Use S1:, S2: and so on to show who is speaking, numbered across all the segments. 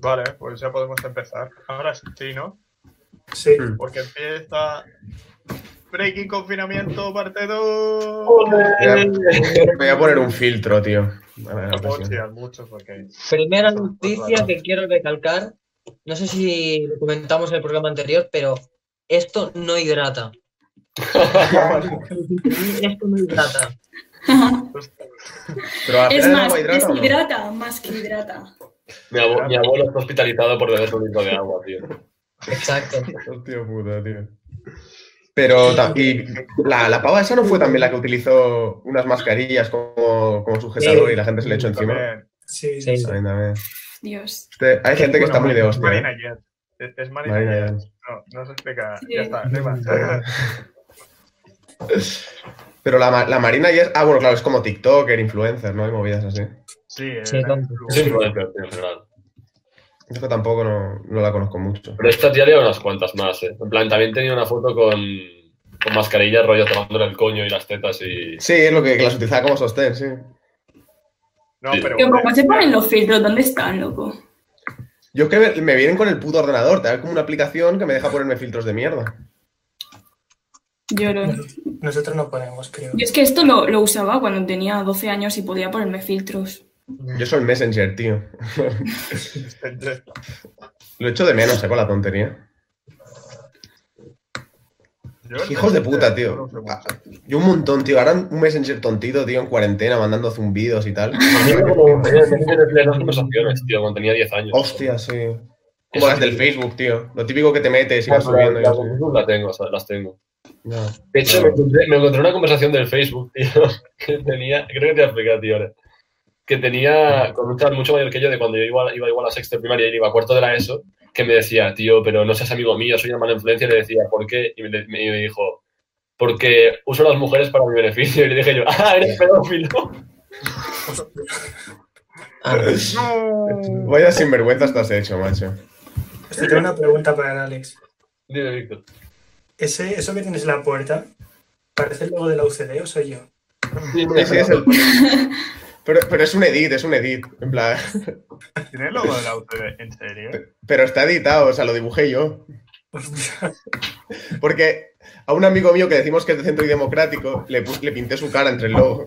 S1: Vale, pues ya podemos empezar. Ahora sí, ¿no?
S2: Sí.
S1: Porque empieza Breaking Confinamiento, parte 2.
S3: Voy a poner un filtro, tío. A ver,
S1: No puedo
S3: sí.
S1: tirar mucho porque.
S4: Primera
S1: Son
S4: noticia
S1: cuatro
S4: que quiero recalcar, no sé si lo comentamos en el programa anterior, pero esto no hidrata. Esto no hidrata.
S3: Pero hacer
S5: Es
S3: el
S5: más,
S3: agua hidrata o no?
S5: deshidrata, más que hidrata.
S6: Mi, abu- mi abuelo está hospitalizado por beber un litro de agua, tío.
S4: Exacto.
S3: Hostia puta, tío. Pero ta- y la, la pava esa no fue también la que utilizó unas mascarillas como, como sujetador
S2: Sí.
S3: y la gente se le echó encima.
S1: También.
S2: Sí,
S4: Sí.
S3: También, también.
S5: Dios.
S3: Este- hay gente que
S1: Bueno,
S3: está muy de
S1: es
S3: hostia.
S1: Marina
S3: ¿eh?
S1: Jet. Es, es Marina, Jet.
S3: Marina, ya.
S1: No, no se explica.
S5: Sí.
S1: Ya está, no hay más.
S3: Pero la, ma- la Marina ya es. Ah, bueno, claro, es como TikToker, influencer, ¿no? Hay movidas así.
S1: Sí, eh,
S4: Sí, tonto.
S6: Es influencer, tío, en general.
S3: Yo que tampoco no, no la conozco mucho.
S6: Pero esta tía lleva unas cuantas más, ¿eh? En plan, también tenía una foto con, con mascarilla, rollo tomándole el coño y las tetas y...
S3: Sí, es lo que, que las utilizaba como sostén, sí.
S1: No,
S6: Sí.
S1: pero.
S5: Pero
S1: bueno,
S5: como se ponen los filtros, ¿dónde están, loco?
S3: Yo es que me, me vienen con el puto ordenador, te da como una aplicación que me deja ponerme filtros de mierda.
S5: Yo lo-
S2: Nosotros no ponemos, creo.
S5: Yo es que esto lo, lo usaba cuando tenía 12 años y podía ponerme filtros.
S3: Yo soy Messenger, tío.
S1: gente-
S3: Lo echo de menos, eh, con la tontería.
S1: yo no
S3: Hijos
S1: sé,
S3: de puta,
S1: no
S3: tío.
S1: lo sé mucho.
S3: Ah, Yo un montón, tío. Ahora un Messenger tontito, tío, en cuarentena, mandando zumbidos y tal.
S6: A mí me como- me- me tiene plenas conversaciones, tío, cuando tenía 10 años.
S3: Hostia, sí. Como las del Facebook, tío. Lo típico que te metes y vas
S6: Las-
S3: subiendo. y
S6: las
S3: así.
S6: de YouTube la tengo, o sea, las tengo.
S3: Ya.
S6: De hecho, me encontré, me encontré una conversación del Facebook, tío, que tenía, creo que te voy a explicar, tío, ahora. que tenía con un chaval mucho mayor que yo de cuando yo iba, iba igual a sexto de primaria y él iba a cuarto de la ESO, que me decía, tío, pero no seas amigo mío, soy una mala influencia, y le decía, ¿por qué? Y me, de- me- y me dijo, porque uso a las mujeres para mi beneficio. Y le dije yo, ah, eres pedófilo.
S4: Ah,
S1: No.
S3: Vaya sinvergüenza estás hecho, macho.
S2: Hostia, tengo una pregunta para el Alex.
S6: Dime, Víctor.
S2: Ese, ¿Eso que tienes en la puerta parece el logo de la UCD o soy yo?
S3: Sí, sí, es el- Pero, pero es un edit, es un edit. En plan,
S1: ¿Tiene el logo de la UTV? ¿En serio?
S3: pero está editado, o sea, lo dibujé yo.
S2: Hostia,
S3: Porque a un amigo mío que decimos que es de centro y democrático, le, pus- le pinté su cara entre el logo.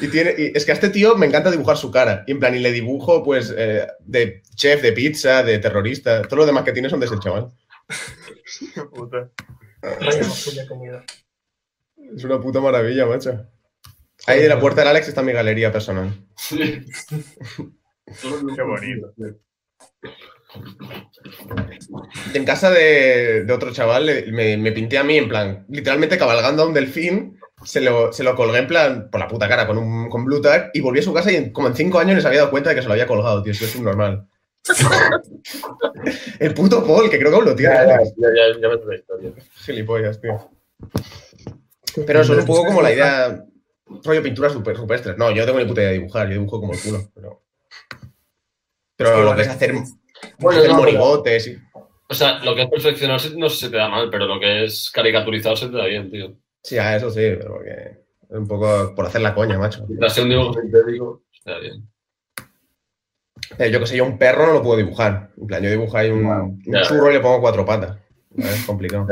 S3: y tiene, y es que a este tío me encanta dibujar su cara. Y en plan, y le dibujo, pues, eh, de chef, de pizza, de terrorista. Todo lo demás que tiene son de ese chaval.
S1: Qué puta.
S2: Vaya hostia, comida.
S3: Es una puta maravilla, macho. Ahí de la puerta del Alex está mi galería personal.
S1: Qué bonito.
S3: En casa de, de otro chaval le- me, me pinté a mí, en plan, literalmente cabalgando a un delfín, se lo, se lo colgué en plan por la puta cara con un con Blue Tack y volví a su casa y en- como en cinco años les había dado cuenta de que se lo había colgado, tío, eso es un normal. el puto Paul, que creo que aún lo tiene,
S6: Ya, ya,
S3: Alex.
S6: ya, ya me sé la historia.
S3: gilipollas, tío. Pero eso es un poco como la idea, rollo pintura super, superestres. No, yo no tengo ni puta idea de dibujar, yo dibujo como el culo, pero... Pero lo que es hacer,
S6: Bueno,
S3: hacer
S6: no, pero-
S3: monigotes y...
S6: O sea, lo que es perfeccionarse no sé si te da mal, pero lo que es caricaturizarse te da bien, tío.
S3: Sí, a eso sí, pero porque es un poco por hacer la coña, macho.
S6: Mientras sea un dibujo sintético, te da bien.
S3: Eh, yo que sé, yo un perro no lo puedo dibujar. En plan, yo dibujo ahí un, un
S6: Ya.
S3: churro y le pongo cuatro patas. Es complicado.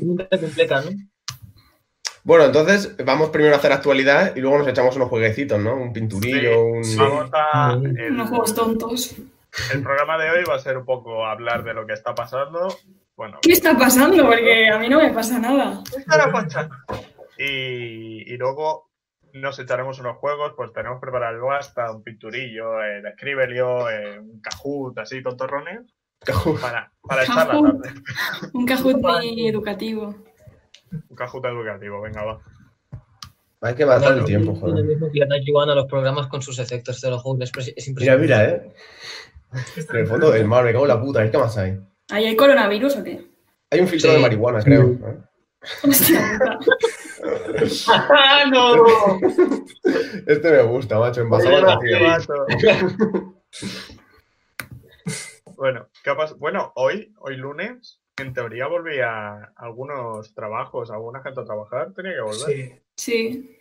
S4: Nunca se completa, ¿no?
S3: Bueno, entonces vamos primero a hacer actualidad y luego nos echamos unos jueguecitos, ¿no? Un pinturillo, un...
S1: Vamos a. el-
S5: Unos juegos tontos.
S1: El programa de hoy va a ser un poco hablar de lo que está pasando. Bueno,
S5: ¿Qué está pasando? Porque a mí no me pasa nada.
S1: ¿qué está la pacha? Y, y luego nos echaremos unos juegos, pues tenemos preparado el Basta, un pinturillo, el Scribelio, eh, un Kahoot, así, tontorrones, para, para echar la
S5: Kahoot.
S1: tarde.
S5: Un Kahoot muy educativo.
S1: Un Kahoot educativo, venga, va.
S3: Hay que matar el tiempo,
S4: Lo
S3: joder.
S4: mismo que le da Yuan a los programas con sus efectos, te lo juro, es, es
S3: Mira,
S4: impresionante.
S3: mira, eh. En el fondo del mar, me cago en la puta. ¿eh? ¿Qué más hay?
S5: ¿Ahí hay coronavirus o qué?
S3: Hay un filtro
S4: Sí.
S3: de marihuana, creo. ¿eh?
S5: Hostia,
S6: ¡Ah, no!
S3: Este me gusta, macho. Envasado al vacío.
S1: bueno, ¿qué ha pas- bueno, hoy, hoy lunes, en teoría volví a algunos trabajos, alguna gente a trabajar, tenía que volver.
S2: Sí.
S5: sí.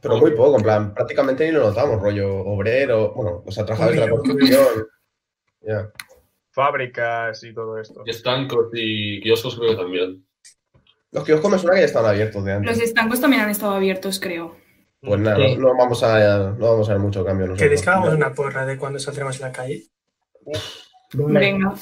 S3: Pero muy poco, en plan, prácticamente ni lo notamos, rollo obrero, bueno, o sea, trabajadores de la construcción. Ya.
S1: Fábricas y todo esto.
S6: Y estancos y kioscos creo que también.
S3: Los kioscos me suena que ya estaban abiertos de
S5: Los
S3: antes.
S5: estancos también han estado abiertos, creo.
S3: Pues nada,
S4: Sí.
S3: no, no vamos a, no vamos a ver mucho cambio. nosotros.
S2: ¿Queréis que hagamos una porra de cuando saldremos a la calle?
S5: Venga.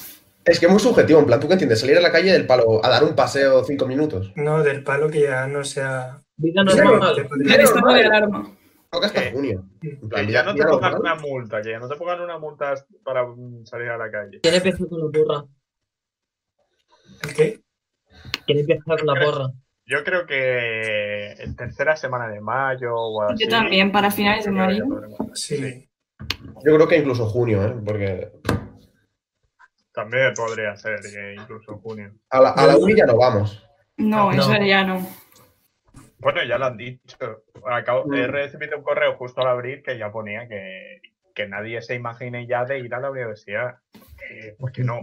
S3: Es que es muy subjetivo, en plan, ¿tú qué entiendes? Salir a la calle del palo a dar un paseo cinco minutos.
S2: No, del palo que ya no sea.
S4: Vida
S2: Sí,
S4: normal.
S5: El estado de alarma.
S3: Creo que hasta
S1: Eh,
S3: junio. En plan,
S1: Que ya no te pongan
S3: normal.
S1: una multa, que ya no te pongan una multa para mm, salir a la calle.
S4: ¿Quién empieza con la porra?
S2: ¿El qué?
S4: ¿Quién empieza con la porra?
S1: Yo creo que en tercera semana de mayo o así.
S5: Yo también, para finales de
S1: creo que
S5: mayo.
S1: ya podremos.
S2: Sí.
S3: Yo creo que incluso junio, ¿eh? Porque
S1: También podría ser, que incluso junio.
S3: a la, a la uni ya no vamos.
S5: No,
S4: No.
S5: eso ya no.
S1: Bueno, ya lo han dicho. Acabo,
S6: Mm.
S1: He recibido un correo justo al abrir que ya ponía que, que nadie se imagine ya de ir a la universidad. Eh, Pues que no.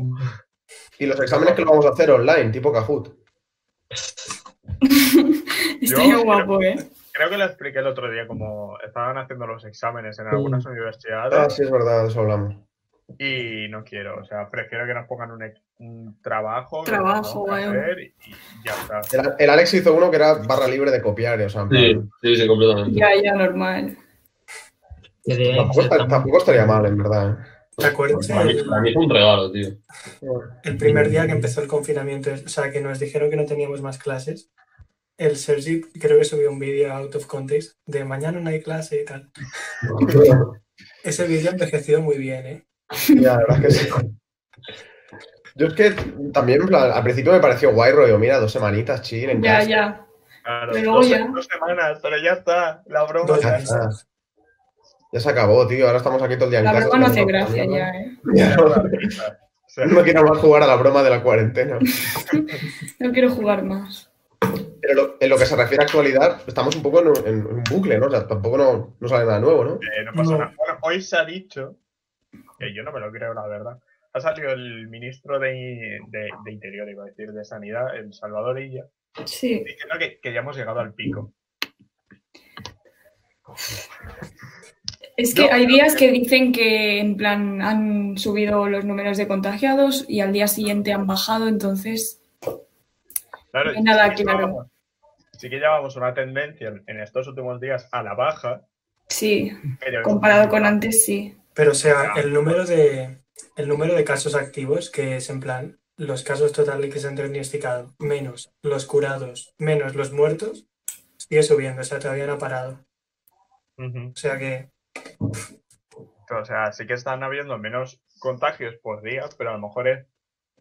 S3: Y los exámenes que lo vamos a hacer online, tipo Kahoot.
S5: Está
S1: Yo-
S5: guapo, ¿eh?
S1: Creo que lo expliqué el otro día, como estaban haciendo los exámenes en algunas universidades.
S3: Ah, sí, es verdad, de eso hablamos.
S1: Y no quiero, o sea, prefiero que nos pongan un, ex- un trabajo. que
S5: Trabajo,
S1: tengamos que
S5: bueno.
S1: hacer y, y ya está.
S3: El, el Alex hizo uno que era barra libre de copiar, o sea, en
S6: Sí,
S3: plan,
S6: sí, sí, completamente.
S5: Ya, ya, normal.
S4: Que de-
S3: tampoco, está- tampoco estaría mal, en verdad.
S2: ¿Te
S3: Pues,
S2: acuerdas
S6: Para mí,
S2: el,
S6: para mí fue un regalo, tío.
S3: ¿eh?
S2: el primer día que empezó el confinamiento? O sea, que nos dijeron que no teníamos más clases. El Sergi creo que subió un vídeo out of context de mañana no hay clase y tal.
S3: ¿eh?
S2: Ese vídeo ha envejecido muy bien, ¿eh?
S3: Ya, la verdad es que sí. Yo es que también, en plan, al principio me pareció guay, rollo, mira, dos semanitas, chill, en
S5: Ya,
S3: casa.
S5: ya.
S1: Claro,
S5: Pero
S1: dos,
S5: ya.
S1: dos semanas, pero ya está. La broma
S2: Dos
S1: ya
S2: meses.
S1: está.
S3: Ah, Ya se acabó, tío, ahora estamos aquí todo el día en
S5: La
S3: casa.
S5: broma no hace
S3: haciendo-
S5: gracia ya, ¿eh?
S3: Ya,
S1: O sea,
S3: No quiero más jugar a la broma de la cuarentena.
S5: No quiero jugar más.
S3: Pero lo- en lo que se refiere a actualidad, estamos un poco en un, en un bucle, ¿no? O sea, tampoco no, no sale nada nuevo, ¿no?
S1: eh, no pasa
S2: No.
S1: nada. Bueno, hoy se ha dicho, que yo no me lo creo, la verdad. Ha salido el ministro de, de- de Interior, iba a decir, de Sanidad, el Salvador Illa,
S5: Sí.
S1: diciendo que, que ya hemos llegado al pico.
S5: Es que
S1: No,
S5: hay
S1: no,
S5: días
S1: no.
S5: que dicen que en plan han subido los números de contagiados y al día siguiente han bajado, entonces
S1: Claro,
S5: No hay Pues nada
S1: sí que
S5: claro.
S1: llevamos- Sí que llevamos una tendencia en- en estos últimos días a la baja,
S5: sí,
S1: pero
S5: comparado con antes sí.
S2: Pero o sea, el número de el número de casos activos, que es en plan los casos totales que se han diagnosticado, menos los curados, menos los muertos, sigue subiendo, o sea, todavía no ha parado.
S1: Ujú.
S2: O sea que
S1: O sea, sí que están habiendo menos contagios por día, pero a lo mejor es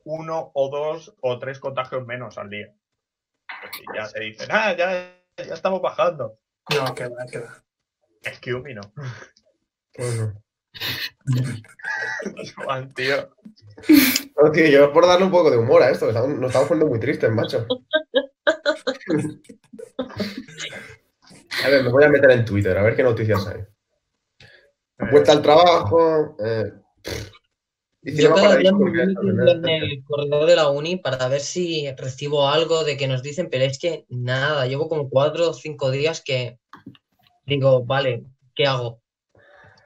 S1: uno o dos o tres contagios menos al día. Y ya se dicen, ah, ya, ya estamos bajando.
S2: no, que va, que va.
S1: Es que no.
S3: Bueno.
S1: Joan, tío.
S3: No, tío, yo por darle un poco de humor a esto, que estamos- nos estamos poniendo muy tristes, macho. A ver, me voy a meter en Twitter, a ver qué noticias
S1: Eh,
S3: hay. Vuelta al trabajo. Eh... pff. Y
S4: Yo
S3: cinema
S4: cada día
S3: paraíso,
S4: me
S3: porque eso,
S4: meto
S3: ¿no?
S4: en el correo de la uni para ver si recibo algo de que nos dicen, pero es que nada, llevo como cuatro o cinco días que digo, vale, ¿qué hago?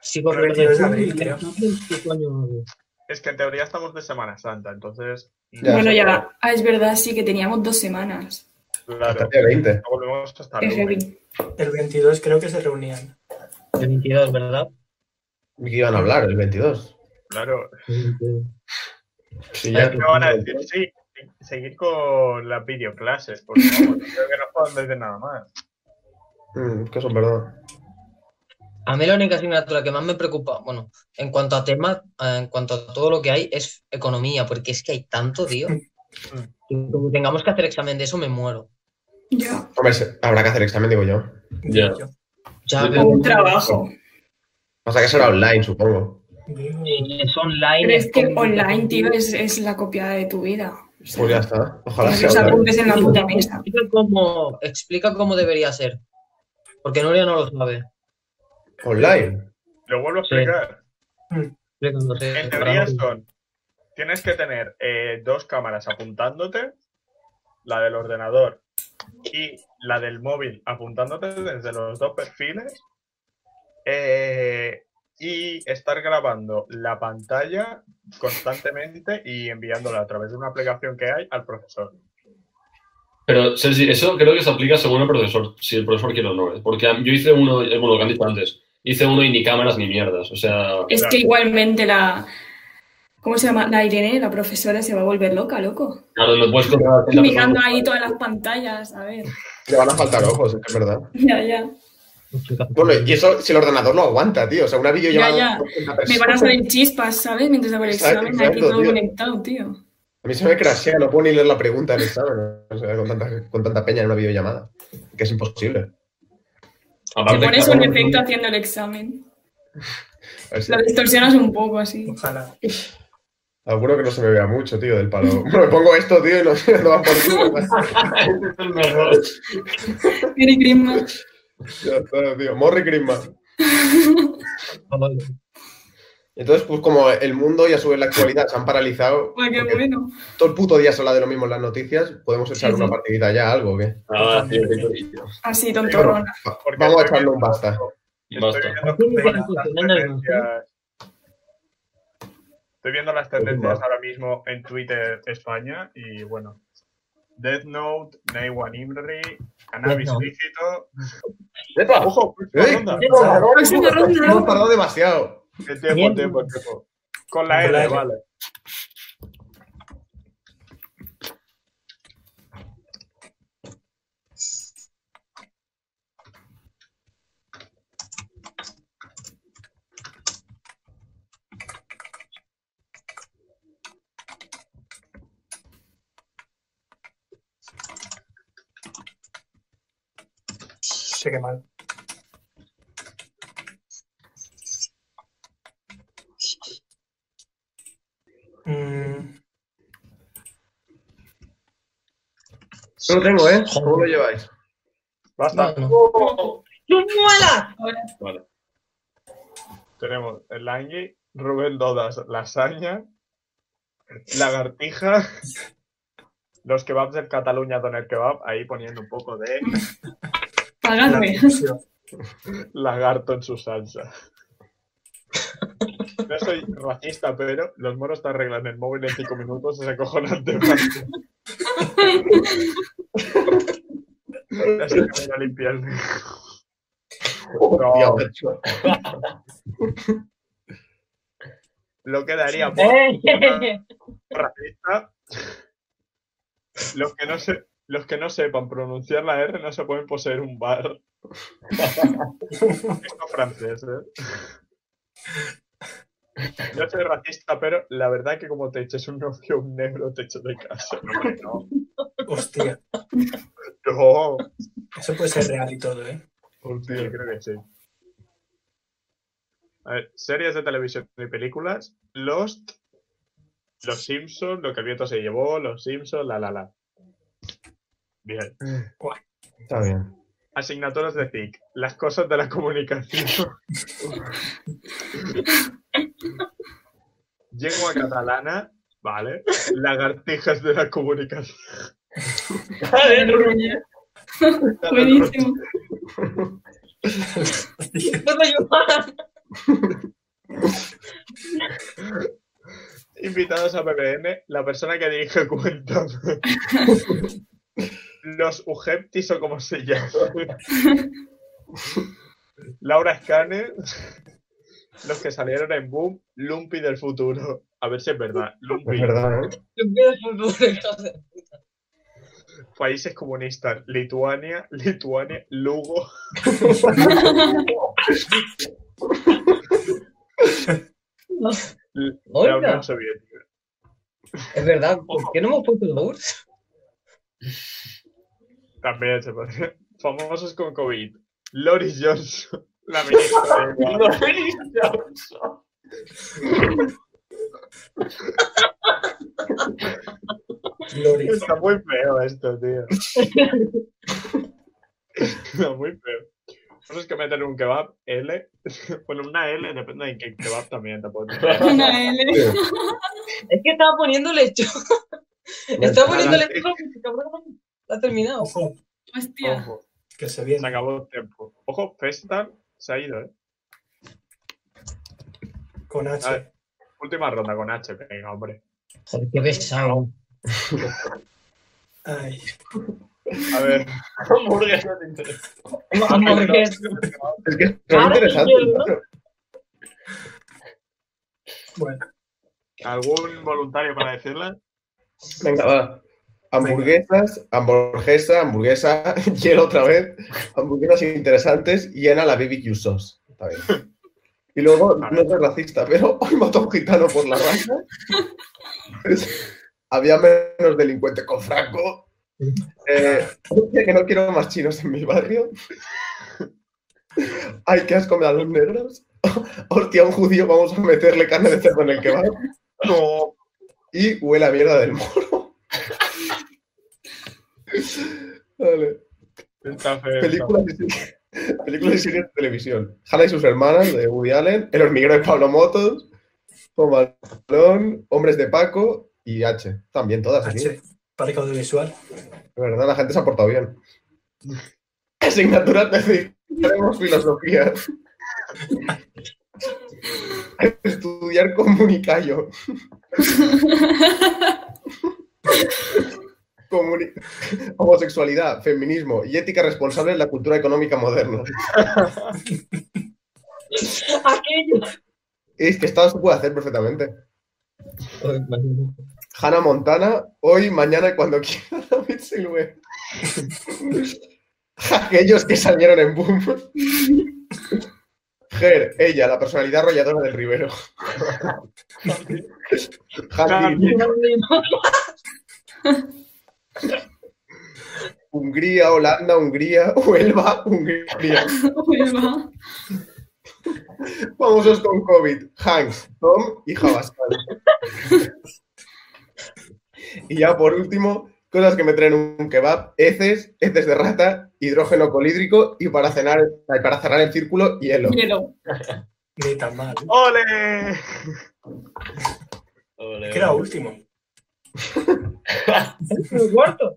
S4: Sigo
S2: Pero el
S4: con lo
S2: 22
S4: de
S2: de abril, creo.
S4: ¿Qué coño hago?
S1: Es que en teoría estamos de Semana Santa, entonces.
S3: Ya.
S5: Bueno, ya, ah, es verdad, sí que teníamos dos semanas.
S1: Claro,
S3: Hasta el 20.
S1: no volvemos hasta
S5: Qué
S1: el lunes.
S5: heavy.
S2: El 22 creo que se reunían.
S4: El 22, ¿verdad?
S3: ¿Y qué iban a hablar? El 22.
S1: Claro.
S4: El 22.
S3: Sí,
S1: Es que van a decir, sí, seguir con las videoclases, porque vamos, creo que no pueden decir nada más.
S3: Mm, que son, perdón.
S4: A mí la única asignatura que más me preocupa, bueno, en cuanto a temas, en cuanto a todo lo que hay, es economía, porque es que hay tanto, tío. que Como tengamos que hacer examen de eso, me muero.
S5: Ya.
S3: Hombre, se- habrá que hacer examen, digo yo.
S2: Digo
S6: Ya.
S2: yo.
S4: Ya,
S5: O un trabajo.
S3: Pasa que será online, supongo.
S2: Digo,
S4: es online.
S5: Pero es que
S4: como-
S5: online, tío, es, es la copiada de tu vida. O sea,
S3: Pues ya está. Ojalá
S5: tienes
S3: sea
S5: los
S3: online.
S5: apuntes en la puta mesa.
S4: Explica cómo, explica cómo debería ser. Porque Nuria no lo sabe.
S3: Online.
S1: Lo vuelvo a
S4: Sí.
S1: explicar.
S4: Explícanos, eh,
S1: En teoría
S4: Fran.
S1: son, tienes que tener eh, dos cámaras apuntándote, la del ordenador y la del móvil apuntándote desde los dos perfiles eh, y estar grabando la pantalla constantemente y enviándola a través de una aplicación que hay al profesor.
S6: Pero Sergi, eso creo que se aplica según el profesor, si el profesor quiere o no. ¿eh? Porque a mí- yo hice uno, eh, bueno, lo que han dicho antes, hice uno y ni cámaras ni mierdas. O sea,
S5: Es que igualmente la. ¿Cómo se llama? La Irene, la profesora, se va a volver loca, loco.
S6: claro, no puedes controlar. a la
S5: Mirando
S6: persona.
S5: ahí todas las pantallas, a ver.
S3: Le van a faltar ojos, es que es verdad.
S5: Ya, ya.
S3: Bueno, y eso si el ordenador lo aguanta, tío. O sea, una videollamada.
S5: Ya, ya.
S3: con una
S5: Me
S3: persona-
S5: van a salir chispas, ¿sabes? Mientras hago el
S3: Exacto,
S5: examen, aquí
S3: exacto,
S5: todo
S3: tío.
S5: conectado, tío.
S3: A mí se me crashea, no puedo ni leer la pregunta del examen. O sea, con tanta, con tanta peña en una videollamada. Que es imposible.
S5: Te
S6: Aparte,
S5: pones
S6: claro,
S5: un efecto haciendo el examen.
S3: A ver si-
S5: Lo distorsionas un poco así.
S2: Ojalá.
S3: Alguno que no se me vea mucho, tío, del palo. Bueno, me pongo esto, tío, y no, no va por culo.
S6: Ese es el mejor.
S5: Merry Christmas.
S3: Ya está, tío. Morri Christmas.
S4: Joder.
S3: Entonces, pues como el mundo y a su vez la actualidad se han paralizado,
S5: Guau, qué
S3: porque
S5: bueno.
S3: todo el puto día se habla de lo mismo en las noticias, podemos echar
S5: Sí, sí.
S3: una partidita ya, algo, o ¿qué?
S6: Ah, tío, qué corillo.
S5: Así, tontorrona.
S3: Va-
S1: Porque
S3: Vamos a
S1: estoy
S3: echarle un
S1: viendo-
S3: basta.
S6: Y
S1: Estoy
S6: basta.
S1: viendo,
S4: ¿Cómo
S1: estoy viendo
S4: pueden
S1: las
S4: funcionar las
S1: tendencias. Estoy viendo las tendencias ahora mismo en Twitter España y bueno. Death Note, Neywan Imri, Cannabis
S4: Death Note.
S1: lícito.
S6: ¡Epa!
S1: Ah, Ojo,
S3: ¡Eh!
S1: ronda.
S5: Próxima
S3: Hemos
S5: ronda.
S3: tardado demasiado.
S1: El tiempo, el tiempo, el tiempo. Con la L, vale.
S2: Sé que mal. Mm,
S3: No lo tengo, ¿eh? ¿Cómo lo lleváis?
S1: Basta.
S4: Bueno. ¡Muela!
S6: Vale.
S1: Tenemos el Angie, Rubén Dodas, lasaña, lagartija, los kebabs del Cataluña, Doner Kebab, ahí poniendo un poco de
S2: Mm, la
S5: Pagadme.
S2: confusión.
S1: lagarto en su salsa. No soy racista, pero los moros te arreglan el móvil en cinco minutos, es acojonante. macho. Así que voy a limpiar.
S3: Tío, macho.
S1: Lo que daría por
S4: ¡Eh!
S1: racista. Los que no se- Los que no sepan pronunciar la R no se pueden poseer un bar. Esto es francés, ¿eh? Yo soy racista, pero la verdad que como te eches un novio un negro, te echo de casa. No, hombre, no.
S2: Hostia,
S1: No.
S2: eso puede ser real y todo, ¿eh?
S1: Sí, yo creo que sí. A ver, series de televisión y películas. Lost, Los Simpsons, Lo que el viento se llevó, Los Simpsons, la la la. Bien.
S3: Está bien.
S1: Asignaturas de TIC. Las cosas de la comunicación. Lengua catalana. Vale. Lagartijas de la comunicación.
S5: Buenísimo.
S4: ¡Puedo ayudar!
S1: Invitados a PPN, la persona que dirige cuenta. Los Ujeptis o como se llama. Laura Scane. Los que salieron en Boom, Lumpy del futuro. A ver si es verdad. Lumpy.
S3: Es verdad, ¿eh?
S4: Yo quiero ser pobre, joder.
S1: Países comunistas. Lituania, Lituania, Lugo.
S4: Eh,
S1: L- La
S4: Oiga.
S1: Unión Soviética.
S4: Es verdad, ¿por qué no hemos puesto el URSS?
S1: También se podría. Famosos con COVID. Loris Johnson. La ministra de Igualdad.
S2: Gloria.
S1: Está muy feo esto, tío. Está muy feo. Tienes que meter un kebab L. Bueno, una L, depende de qué kebab también te puedo
S5: Una L.
S4: Es que estaba poniendo lecho.
S1: Bueno,
S4: estaba poniendo
S1: adelante.
S4: lecho. cabrón. ha terminado.
S2: Ojo,
S5: Hostia.
S1: Ojo,
S2: que se
S1: se
S2: viene.
S1: acabó el tiempo. Ojo, Festar se ha ido, ¿eh?
S2: Con H.
S1: A ver. Última ronda con H, venga, hombre.
S4: Joder, qué pesado.
S2: Ay.
S1: A ver,
S6: Hamburgues no te interesa.
S4: Hamburgues.
S3: Es que es muy interesante. claro.
S2: Bueno,
S1: ¿algún voluntario para decirla?
S3: Venga, va. Hamburguesas, hamburguesa, hamburguesa, hielo otra vez, hamburguesas interesantes, llena la BBQ sauce. Está bien. Y luego, no es racista, pero hoy mató a un gitano por la raza. Pues, había menos delincuentes con Franco. Eh, hostia, que no quiero más chinos en mi barrio. Ay, qué asco me dan los negros. Hostia, un judío, vamos a meterle carne de cerdo en el kebab.
S1: No.
S3: Y huele a mierda del moro. Vale.
S1: Está feo, está
S3: Películas y, series- películas y series de televisión. Hannah y sus hermanas de Woody Allen, El hormiguero de Pablo Motos, Tom Balón, Hombres de Paco y H. También todas aquí.
S2: H. Parque audiovisual.
S3: La verdad, la gente se ha portado bien. Asignaturas de tenemos filosofía. Estudiar comunicayo. Comuni- homosexualidad, feminismo y ética responsable en la cultura económica moderna.
S4: Aquello.
S3: Es que esta se puede hacer perfectamente. Hannah Montana, hoy, mañana y cuando quiera, David Silver. Aquellos que salieron en boom. Ger, ella, la personalidad arrolladora del Rivero. Handy, Hungría, Holanda, Hungría, Huelva, Hungría.
S5: Huelva.
S3: Famosos con COVID, Hanks, Tom y Javascal. y ya por último, cosas que me traen un kebab, heces, heces de rata, hidrógeno colídrico y para, cenar, para cerrar el círculo, hielo.
S5: Hielo.
S2: Ni tan mal.
S1: ¡Ole!
S6: Ole,
S2: Que era
S6: ole.
S2: último.
S4: Cuarto.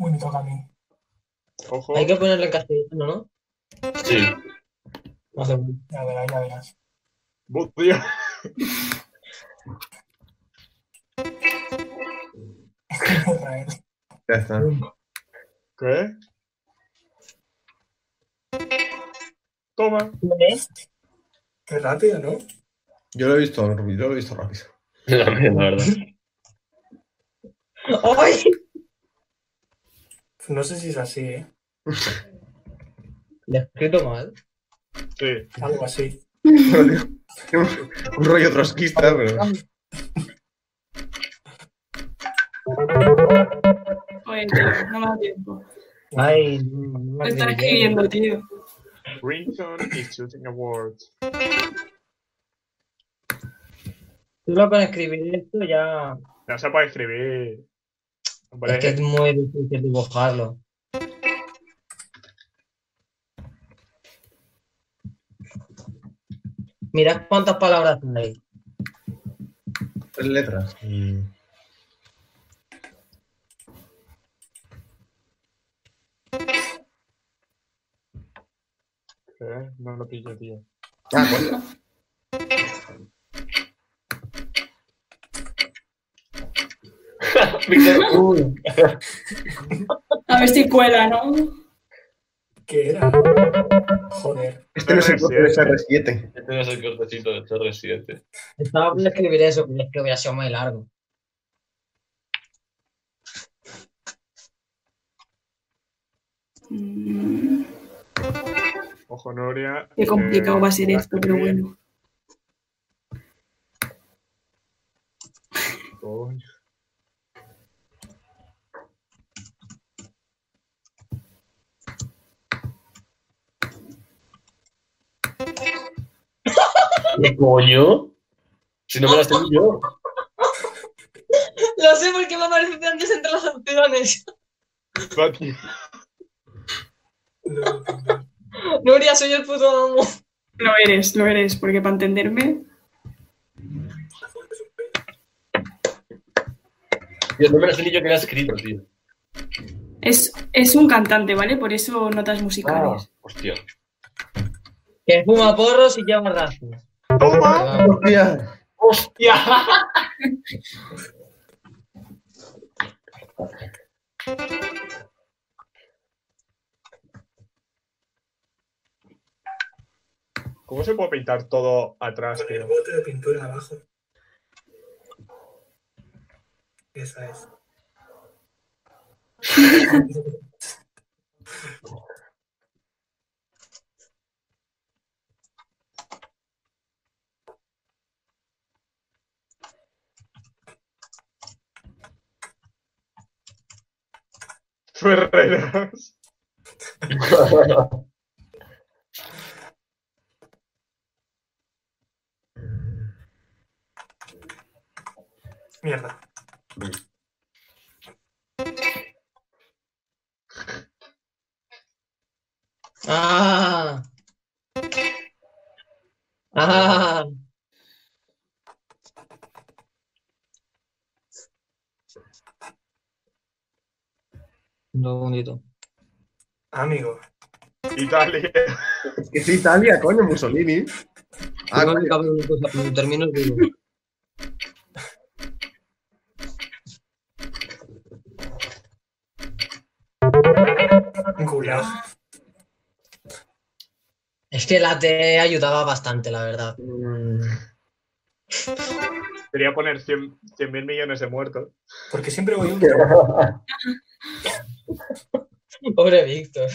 S2: Único camino.
S1: Ojo,
S4: Hay que ponerle en castellano, ¿no?
S6: Sí.
S4: No hace
S2: Ya verás, ya verás.
S1: bucio.
S2: Israel.
S3: Ya está.
S1: ¿Qué? Toma.
S2: Qué rápido, ¿no?
S3: Yo lo he visto, yo lo he visto rápido.
S6: La verdad.
S4: ¡Ay!
S2: No sé si es así, ¿eh?
S4: Le he escrito mal.
S1: Sí.
S2: Algo así.
S3: un rollo trotskista, pero...
S5: Joder, tío, no me da tiempo.
S4: Ay, no, no
S5: Lo
S4: me
S5: está
S4: acordé.
S5: escribiendo, tío.
S1: Rington is shooting awards.
S4: Solo con escribir esto ya.
S1: No se puede escribir. Hombre,
S4: Es que es muy difícil dibujarlo. Mirad cuántas palabras hay.
S3: Tres letras. Y...
S1: ¿qué? eh, No lo pillo, tío.
S3: Ah, coño.
S6: Víctor,
S4: Uy,
S5: A ver si cuela, ¿no?
S2: ¿Qué era? Joder.
S3: Este no es el corte de CR7.
S6: este no es el cortecito de CR7.
S4: estaba por escribir eso, pero es que hubiera sido muy largo.
S5: Mm,
S1: Ojo, Noria.
S5: Qué complicado
S1: eh,
S5: va a ser esto, pero bueno.
S1: Coño.
S6: ¿Qué coño? Si no me las tengo yo.
S4: Lo sé porque me aparece antes entre las opciones.
S1: Va, tío.
S2: Lo-
S4: Nuria, soy el puto amo.
S5: Lo eres, lo eres, porque para entenderme.
S6: Yo no me lo sé ni yo que era escrito, tío.
S5: Es, es un cantante, ¿vale? Por eso notas musicales.
S6: Hostia.
S4: Que fuma porros y llama raza.
S1: ¡Toma!
S3: Hostia.
S6: ¡Hostia!
S1: ¿Cómo se puede pintar todo atrás,
S2: Con el
S1: tío?
S2: bote de pintura abajo. Esa es.
S1: Ferreras.
S2: Mierda.
S4: ¡Ah! ¡Ah! Un segundito.
S2: Amigo.
S1: Italia.
S3: Es que es Italia, coño, Mussolini. Ah,
S4: Tengo que
S3: coño.
S4: acabar una cosa, cuando termino os digo.
S2: Un culo.
S4: Es que la T ayudaba bastante, la verdad.
S1: Quería poner 100 mil millones de muertos.
S2: Porque siempre voy un
S4: Pobre Víctor.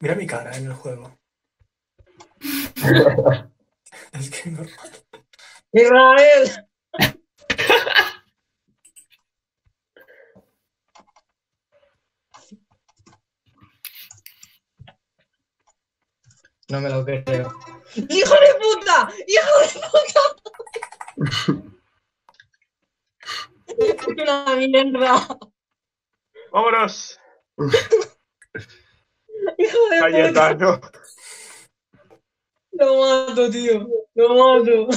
S2: Mira mi cara en el juego. es que no.
S4: ¡Israel! No me lo creo. ¡Hijo de puta! ¡Hijo de puta! ¡Una mierda!
S1: ¡Vámonos!
S4: ¡Hijo de puta!
S1: Cayetano.
S4: Lo mato, tío. Lo mato.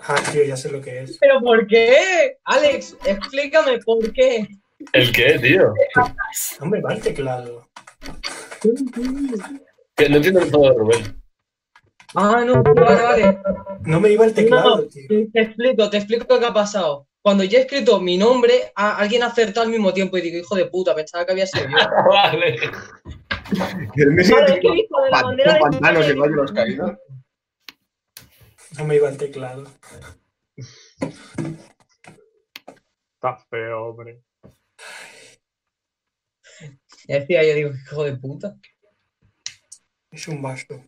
S2: Ah, tío, ya sé lo que es.
S4: ¿Pero por qué? Alex, explícame por qué.
S6: ¿El qué, tío?
S2: Hombre, va el teclado.
S6: Que No entiendo el todo de Rubén.
S4: Ah, no, vale, vale.
S2: No me iba el teclado, tío.
S4: Te explico, te explico qué ha pasado. Cuando yo he escrito mi nombre, a- alguien ha acertado al mismo tiempo y digo, hijo de puta, pensaba que había sido yo.
S6: Vale.
S3: Me sigue teniendo
S4: Vale, es que hijo de la
S3: pan-
S4: bandera de-
S3: pantanos igual que los caídos.
S2: No me iba el teclado.
S1: Está feo, hombre.
S4: Y decía yo, digo, hijo de puta.
S2: Es un vaso.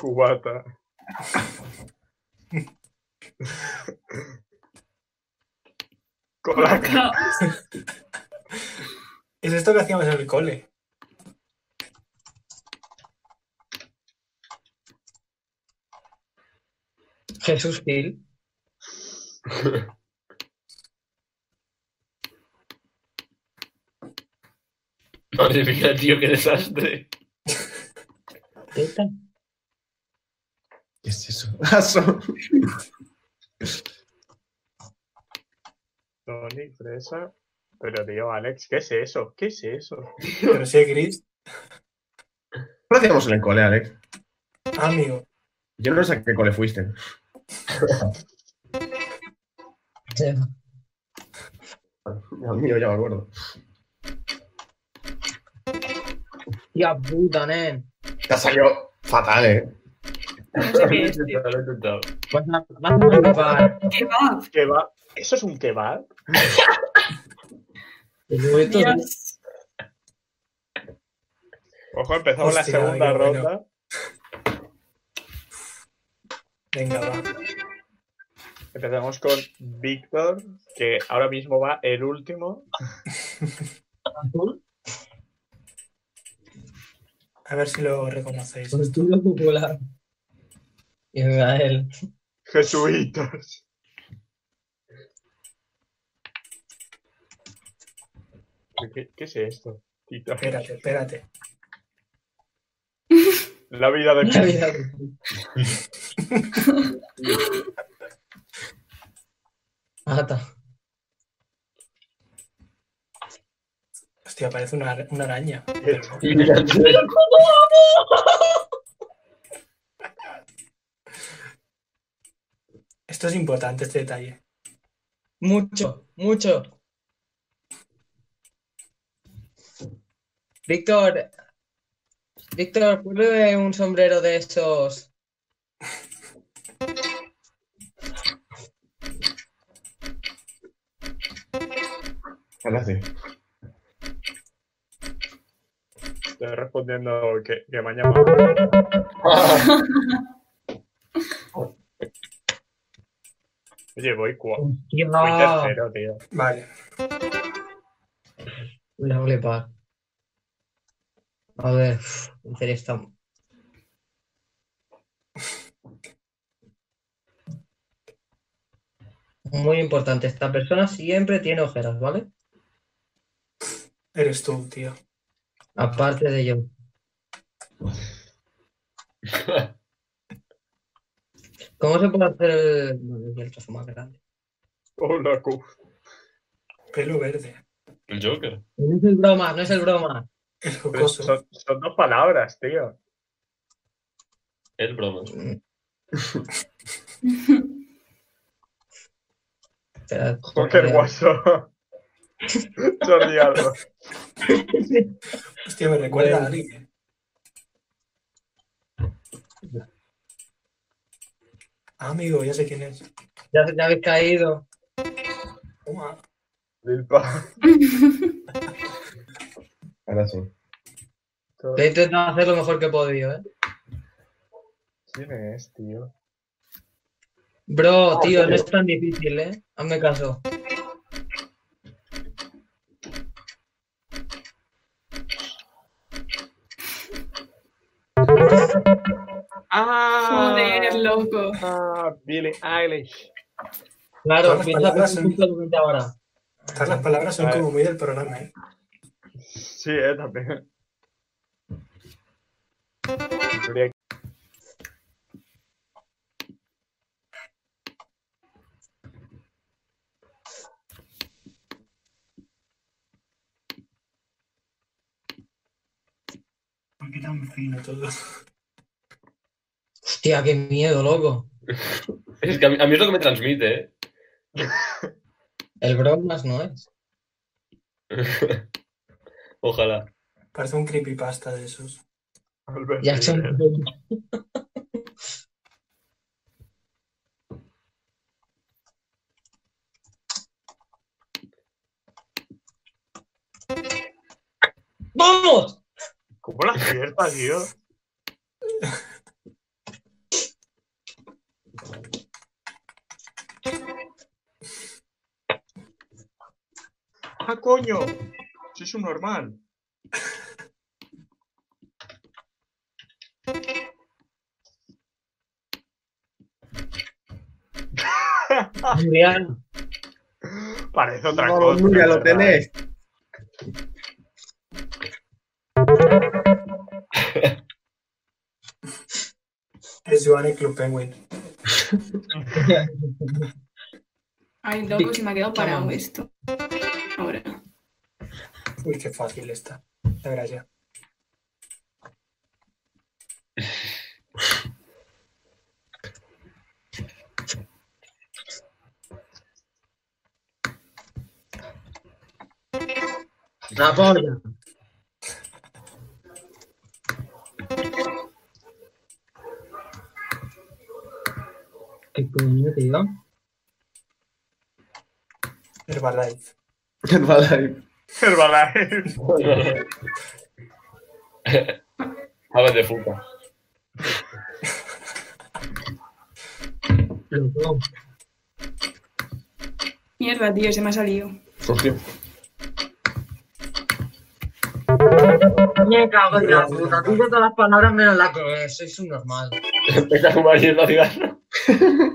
S1: Cubata.
S4: Ah,
S1: Colaca.
S2: Es esto que hacíamos en el cole.
S4: Jesús Gil.
S6: Madre mía, tío, qué desastre.
S4: Esta.
S3: ¿Qué es eso? Ah, son-
S1: Tony, fresa. Pero tío, Alex, ¿qué es eso? ¿Qué es eso?
S2: Pero si es gris.
S3: ¿Qué hacíamos en el cole, Alex?
S2: Amigo.
S3: Yo no sé a qué cole fuiste. Dios mío, ya me acuerdo.
S4: Tía puta, nen.
S3: Te ha salido fatal, ¿eh?
S5: No sé
S6: Lo he
S5: qué es. tío.
S6: intentado, lo he intentado.
S4: Vas a, vas a flipar.
S5: ¿Qué va?
S1: ¿Kebab? ¿Eso es un kebab?
S4: Digo, esto es-
S5: Dios.
S1: Ojo, empezamos
S2: Hostia,
S1: la segunda
S2: qué bueno.
S1: ronda.
S2: Venga, va.
S1: Empezamos con Víctor, que ahora mismo va el último.
S2: A ver si lo reconocéis.
S4: Pues tú lo popular. Israel.
S1: Jesuitas. ¿Qué, qué es esto? Tito?
S2: Espérate, espérate.
S1: La vida de
S4: La
S1: Cristo.
S4: vida de- Ata.
S2: Hostia, parece una, ara- una araña. Esto es importante, este detalle.
S4: Mucho, mucho. Víctor, Víctor, ponle un sombrero de esos.
S3: Ahora sí.
S1: Estoy respondiendo que, que mañana. Oye, voy, cua- voy
S2: Ah.
S1: tercero, tío.
S2: Vale.
S4: La doble par. A ver, uf, en serio está. Muy importante, esta persona siempre tiene ojeras, ¿vale?
S2: Eres tú, tío.
S4: Aparte de yo. ¿Cómo se puede hacer el, bueno, es el trozo más grande?
S1: Hola, cu.
S2: Pelo verde.
S6: El Joker.
S4: No es el broma, no es el broma.
S2: El
S1: Pero
S2: jocoso.
S1: Son, son dos palabras, tío.
S6: El broma.
S4: Espera,
S1: Joder, guaso. Jordi Alba.
S2: Hostia, me recuerda a
S4: Bueno.
S2: alguien. Ah, amigo, ya sé quién es.
S4: Ya, ya habéis caído.
S2: Toma.
S1: Lil Pa-
S3: Ahora sí.
S4: He intentado hacer lo mejor que he podido, ¿eh?
S1: ¿Quién es, tío?
S4: Bro, tío, no es tan difícil, ¿eh? Hazme caso.
S1: ¡Ah!
S5: Joder, loco.
S1: Ah, Billie Eilish.
S4: Claro,
S2: Todas las
S4: empieza a
S2: palabras
S4: pensar
S2: son-
S4: justamente ahora.
S2: Estas las palabras son
S1: Vale.
S2: como muy del programa, ¿eh?
S1: Sí, eh, también. Habría que-
S2: ¿Por qué tan fino todo?
S4: Hostia, qué miedo, loco.
S6: Es que a mí, a mí es lo que me transmite, ¿eh?
S4: El bromas no es.
S6: Ojalá.
S2: Parece un creepypasta de esos.
S1: Albert
S4: Ya son...
S1: Rivera.
S4: ¡Vamos!
S1: ¿Cómo la acierta, tío? ¡Ah, coño! Si es un normal.
S4: Julián,
S1: Parece otra
S3: No,
S1: cosa.
S3: mira, lo
S1: ¿verdad?
S3: tenés.
S2: Es Joanny Club Penguin.
S5: Ay, loco, se me ha quedado parado
S4: Toma.
S5: esto. Ahora.
S2: Uy, qué fácil está. Ya verás ya.
S4: la polla. ¿Qué coño, tío?
S2: Herbalife.
S3: Herbalife.
S1: Herbalife.
S6: Aves de fuca.
S4: Loco.
S5: Mierda, tío, se me ha salido.
S3: Hostia.
S4: Me cago en la puta. Dice todas las palabras menos la que sois un normal.
S6: Empieza a fumar y es la cigarro.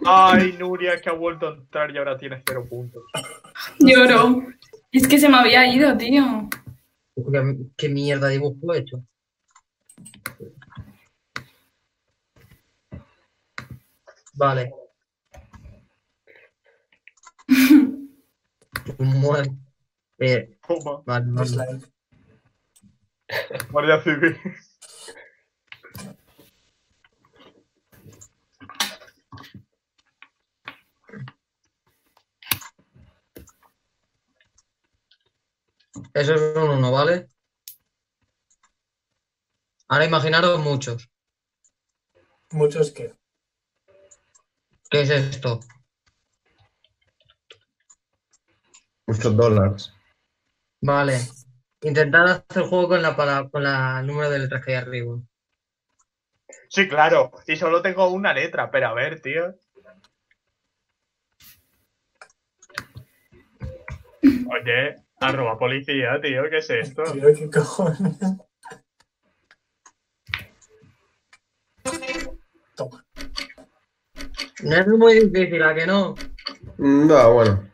S1: Ay, Nuria, que ha vuelto a entrar y ahora tiene cero puntos.
S5: Lloro. Es que se me había ido, tío.
S4: ¿Qué, qué mierda de dibujo he hecho? Vale. Humor. Eh,
S1: Puma,
S4: vale, vale.
S2: Dislike.
S1: Guardia Civil.
S4: Eso es un uno, ¿vale? Ahora imaginaros muchos.
S2: Muchos que.
S4: ¿Qué es esto?
S3: Muchos dólares.
S4: Vale. Intentad hacer juego con la pala- con la el número de letras que hay arriba.
S1: Sí, claro. Y solo tengo una letra, pero a ver, tío. Oye, arroba policía, tío, ¿qué es esto?
S2: Tío, qué cojones. Toma.
S4: No es muy difícil, ¿a que no?
S3: No, bueno.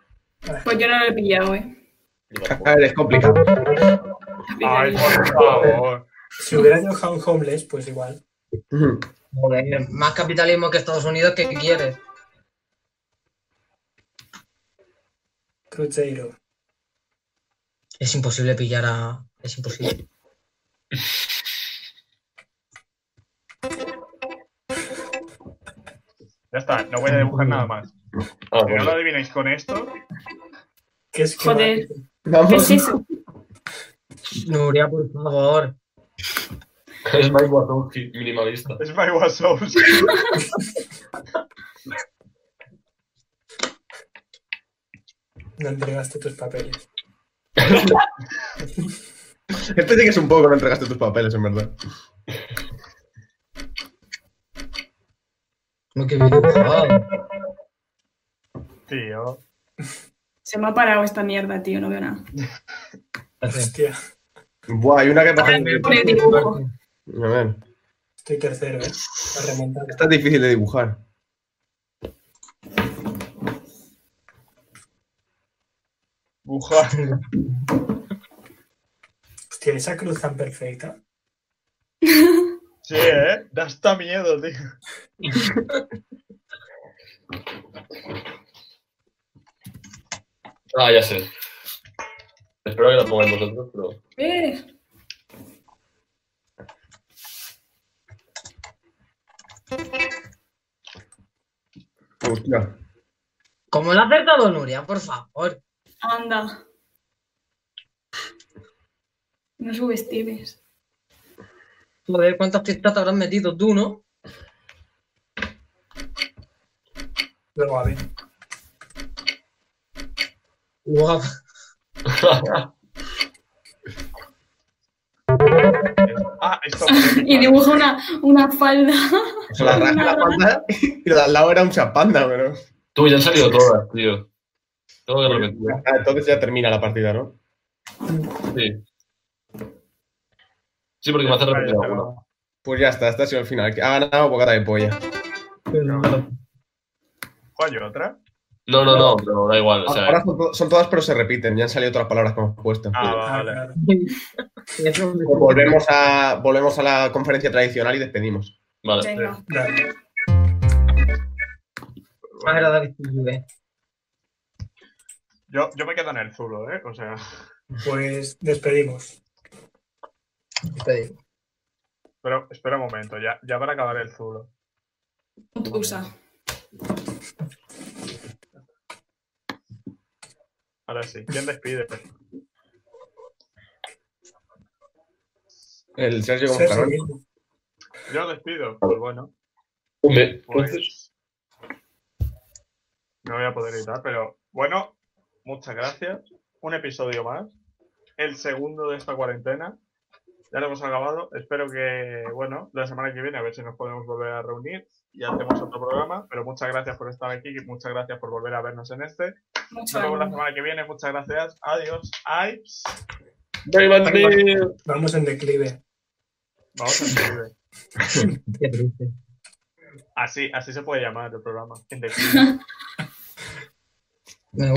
S5: Pues yo no lo he pillado, ¿eh?
S3: A ver, es complicado.
S1: Ay, por favor.
S2: Si hubiera yo Hound Homeless, pues igual.
S4: Joder, más capitalismo que Estados Unidos, ¿qué quieres?
S2: Cruzeiro.
S4: Es imposible pillar a. Es imposible.
S1: Ya está, no voy a dibujar nada más. Si no
S6: Ah,
S1: lo
S6: bueno.
S1: adivináis con esto,
S2: ¿Qué es que
S5: Joder. ¿Qué
S3: Vamos.
S5: es eso?
S4: Nuria, por favor.
S6: Es Mike Wazowski, minimalista.
S1: es My Wasos.
S2: No entregaste tus papeles.
S3: Este sí que es un poco, no entregaste tus papeles, en verdad.
S4: Lo que bien dibujado.
S1: Tío.
S5: Se me ha parado esta mierda, tío, no veo nada.
S4: F.
S2: Hostia,
S3: Buah, hay una que pasa.
S5: Pone dibujo.
S3: A ver.
S2: estoy tercero, ¿eh? La remontada.
S3: Esta es difícil de dibujar.
S1: Buja.
S2: Hostia, esa cruz tan perfecta.
S1: Sí, ¿eh? Da hasta miedo, tío.
S6: Ah, ya sé. Espero que la pongáis vosotros, pero.
S5: Eh,
S3: Hostia.
S4: Como lo ha acertado Nuria, por favor.
S5: anda. No subestimes.
S4: Joder, ¿cuántas pistas te habrás metido tú, no?
S2: Luego, a ver.
S4: Guau.
S1: Ah, esto.
S5: Y dibuja una, una falda.
S3: Se la raja la panda y la de al lado era un chapanda, pero.
S6: Tú, ya han salido todas, tío. Tengo que repetir.
S3: Ah, entonces ya termina la partida, ¿no?
S6: Sí. Sí, porque me hace repetir alguna.
S3: Pues ya está, este ha sido el final. Ha ganado bocata de polla.
S1: ¿Cuál hay otra?
S6: No, no, no, pero da igual. O
S3: Ah, Ahora
S6: sea,
S3: son, to- son todas, pero se repiten. Ya han salido otras palabras que hemos puesto.
S1: Ah,
S2: Ah,
S1: vale.
S2: claro.
S4: Eso me-
S3: Pues volvemos, a, volvemos a la conferencia tradicional y despedimos.
S6: vale.
S5: Venga.
S2: Dale.
S4: Más agradable que tú, eh.
S1: Yo, yo me quedo en el zulo, ¿eh? O sea,
S2: Pues despedimos.
S4: Te digo.
S1: pero espera un momento, ya, ya para acabar el zulo.
S5: Tusa.
S1: Ahora sí, ¿quién despide?
S3: El Sergio
S2: Sergio,
S3: Gonzalo.
S2: Gil.
S1: Yo despido, pues bueno,
S6: Hombre, entonces,
S1: pues. No voy a poder editar, pero bueno, muchas gracias. Un episodio más, el segundo de esta cuarentena. Ya lo hemos acabado. Espero que, bueno, la semana que viene a ver si nos podemos volver a reunir y hacemos otro programa. Pero muchas gracias por estar aquí y muchas gracias por volver a vernos en este.
S5: Mucho
S1: Nos vemos la
S5: ánimo.
S1: semana que viene. Muchas gracias. Adiós. Aips.
S6: ¡Dai, Bandit!
S2: Vamos en declive.
S1: Vamos a escribir.
S4: Qué triste.
S1: Así, así se puede llamar el programa. En declive.
S4: Me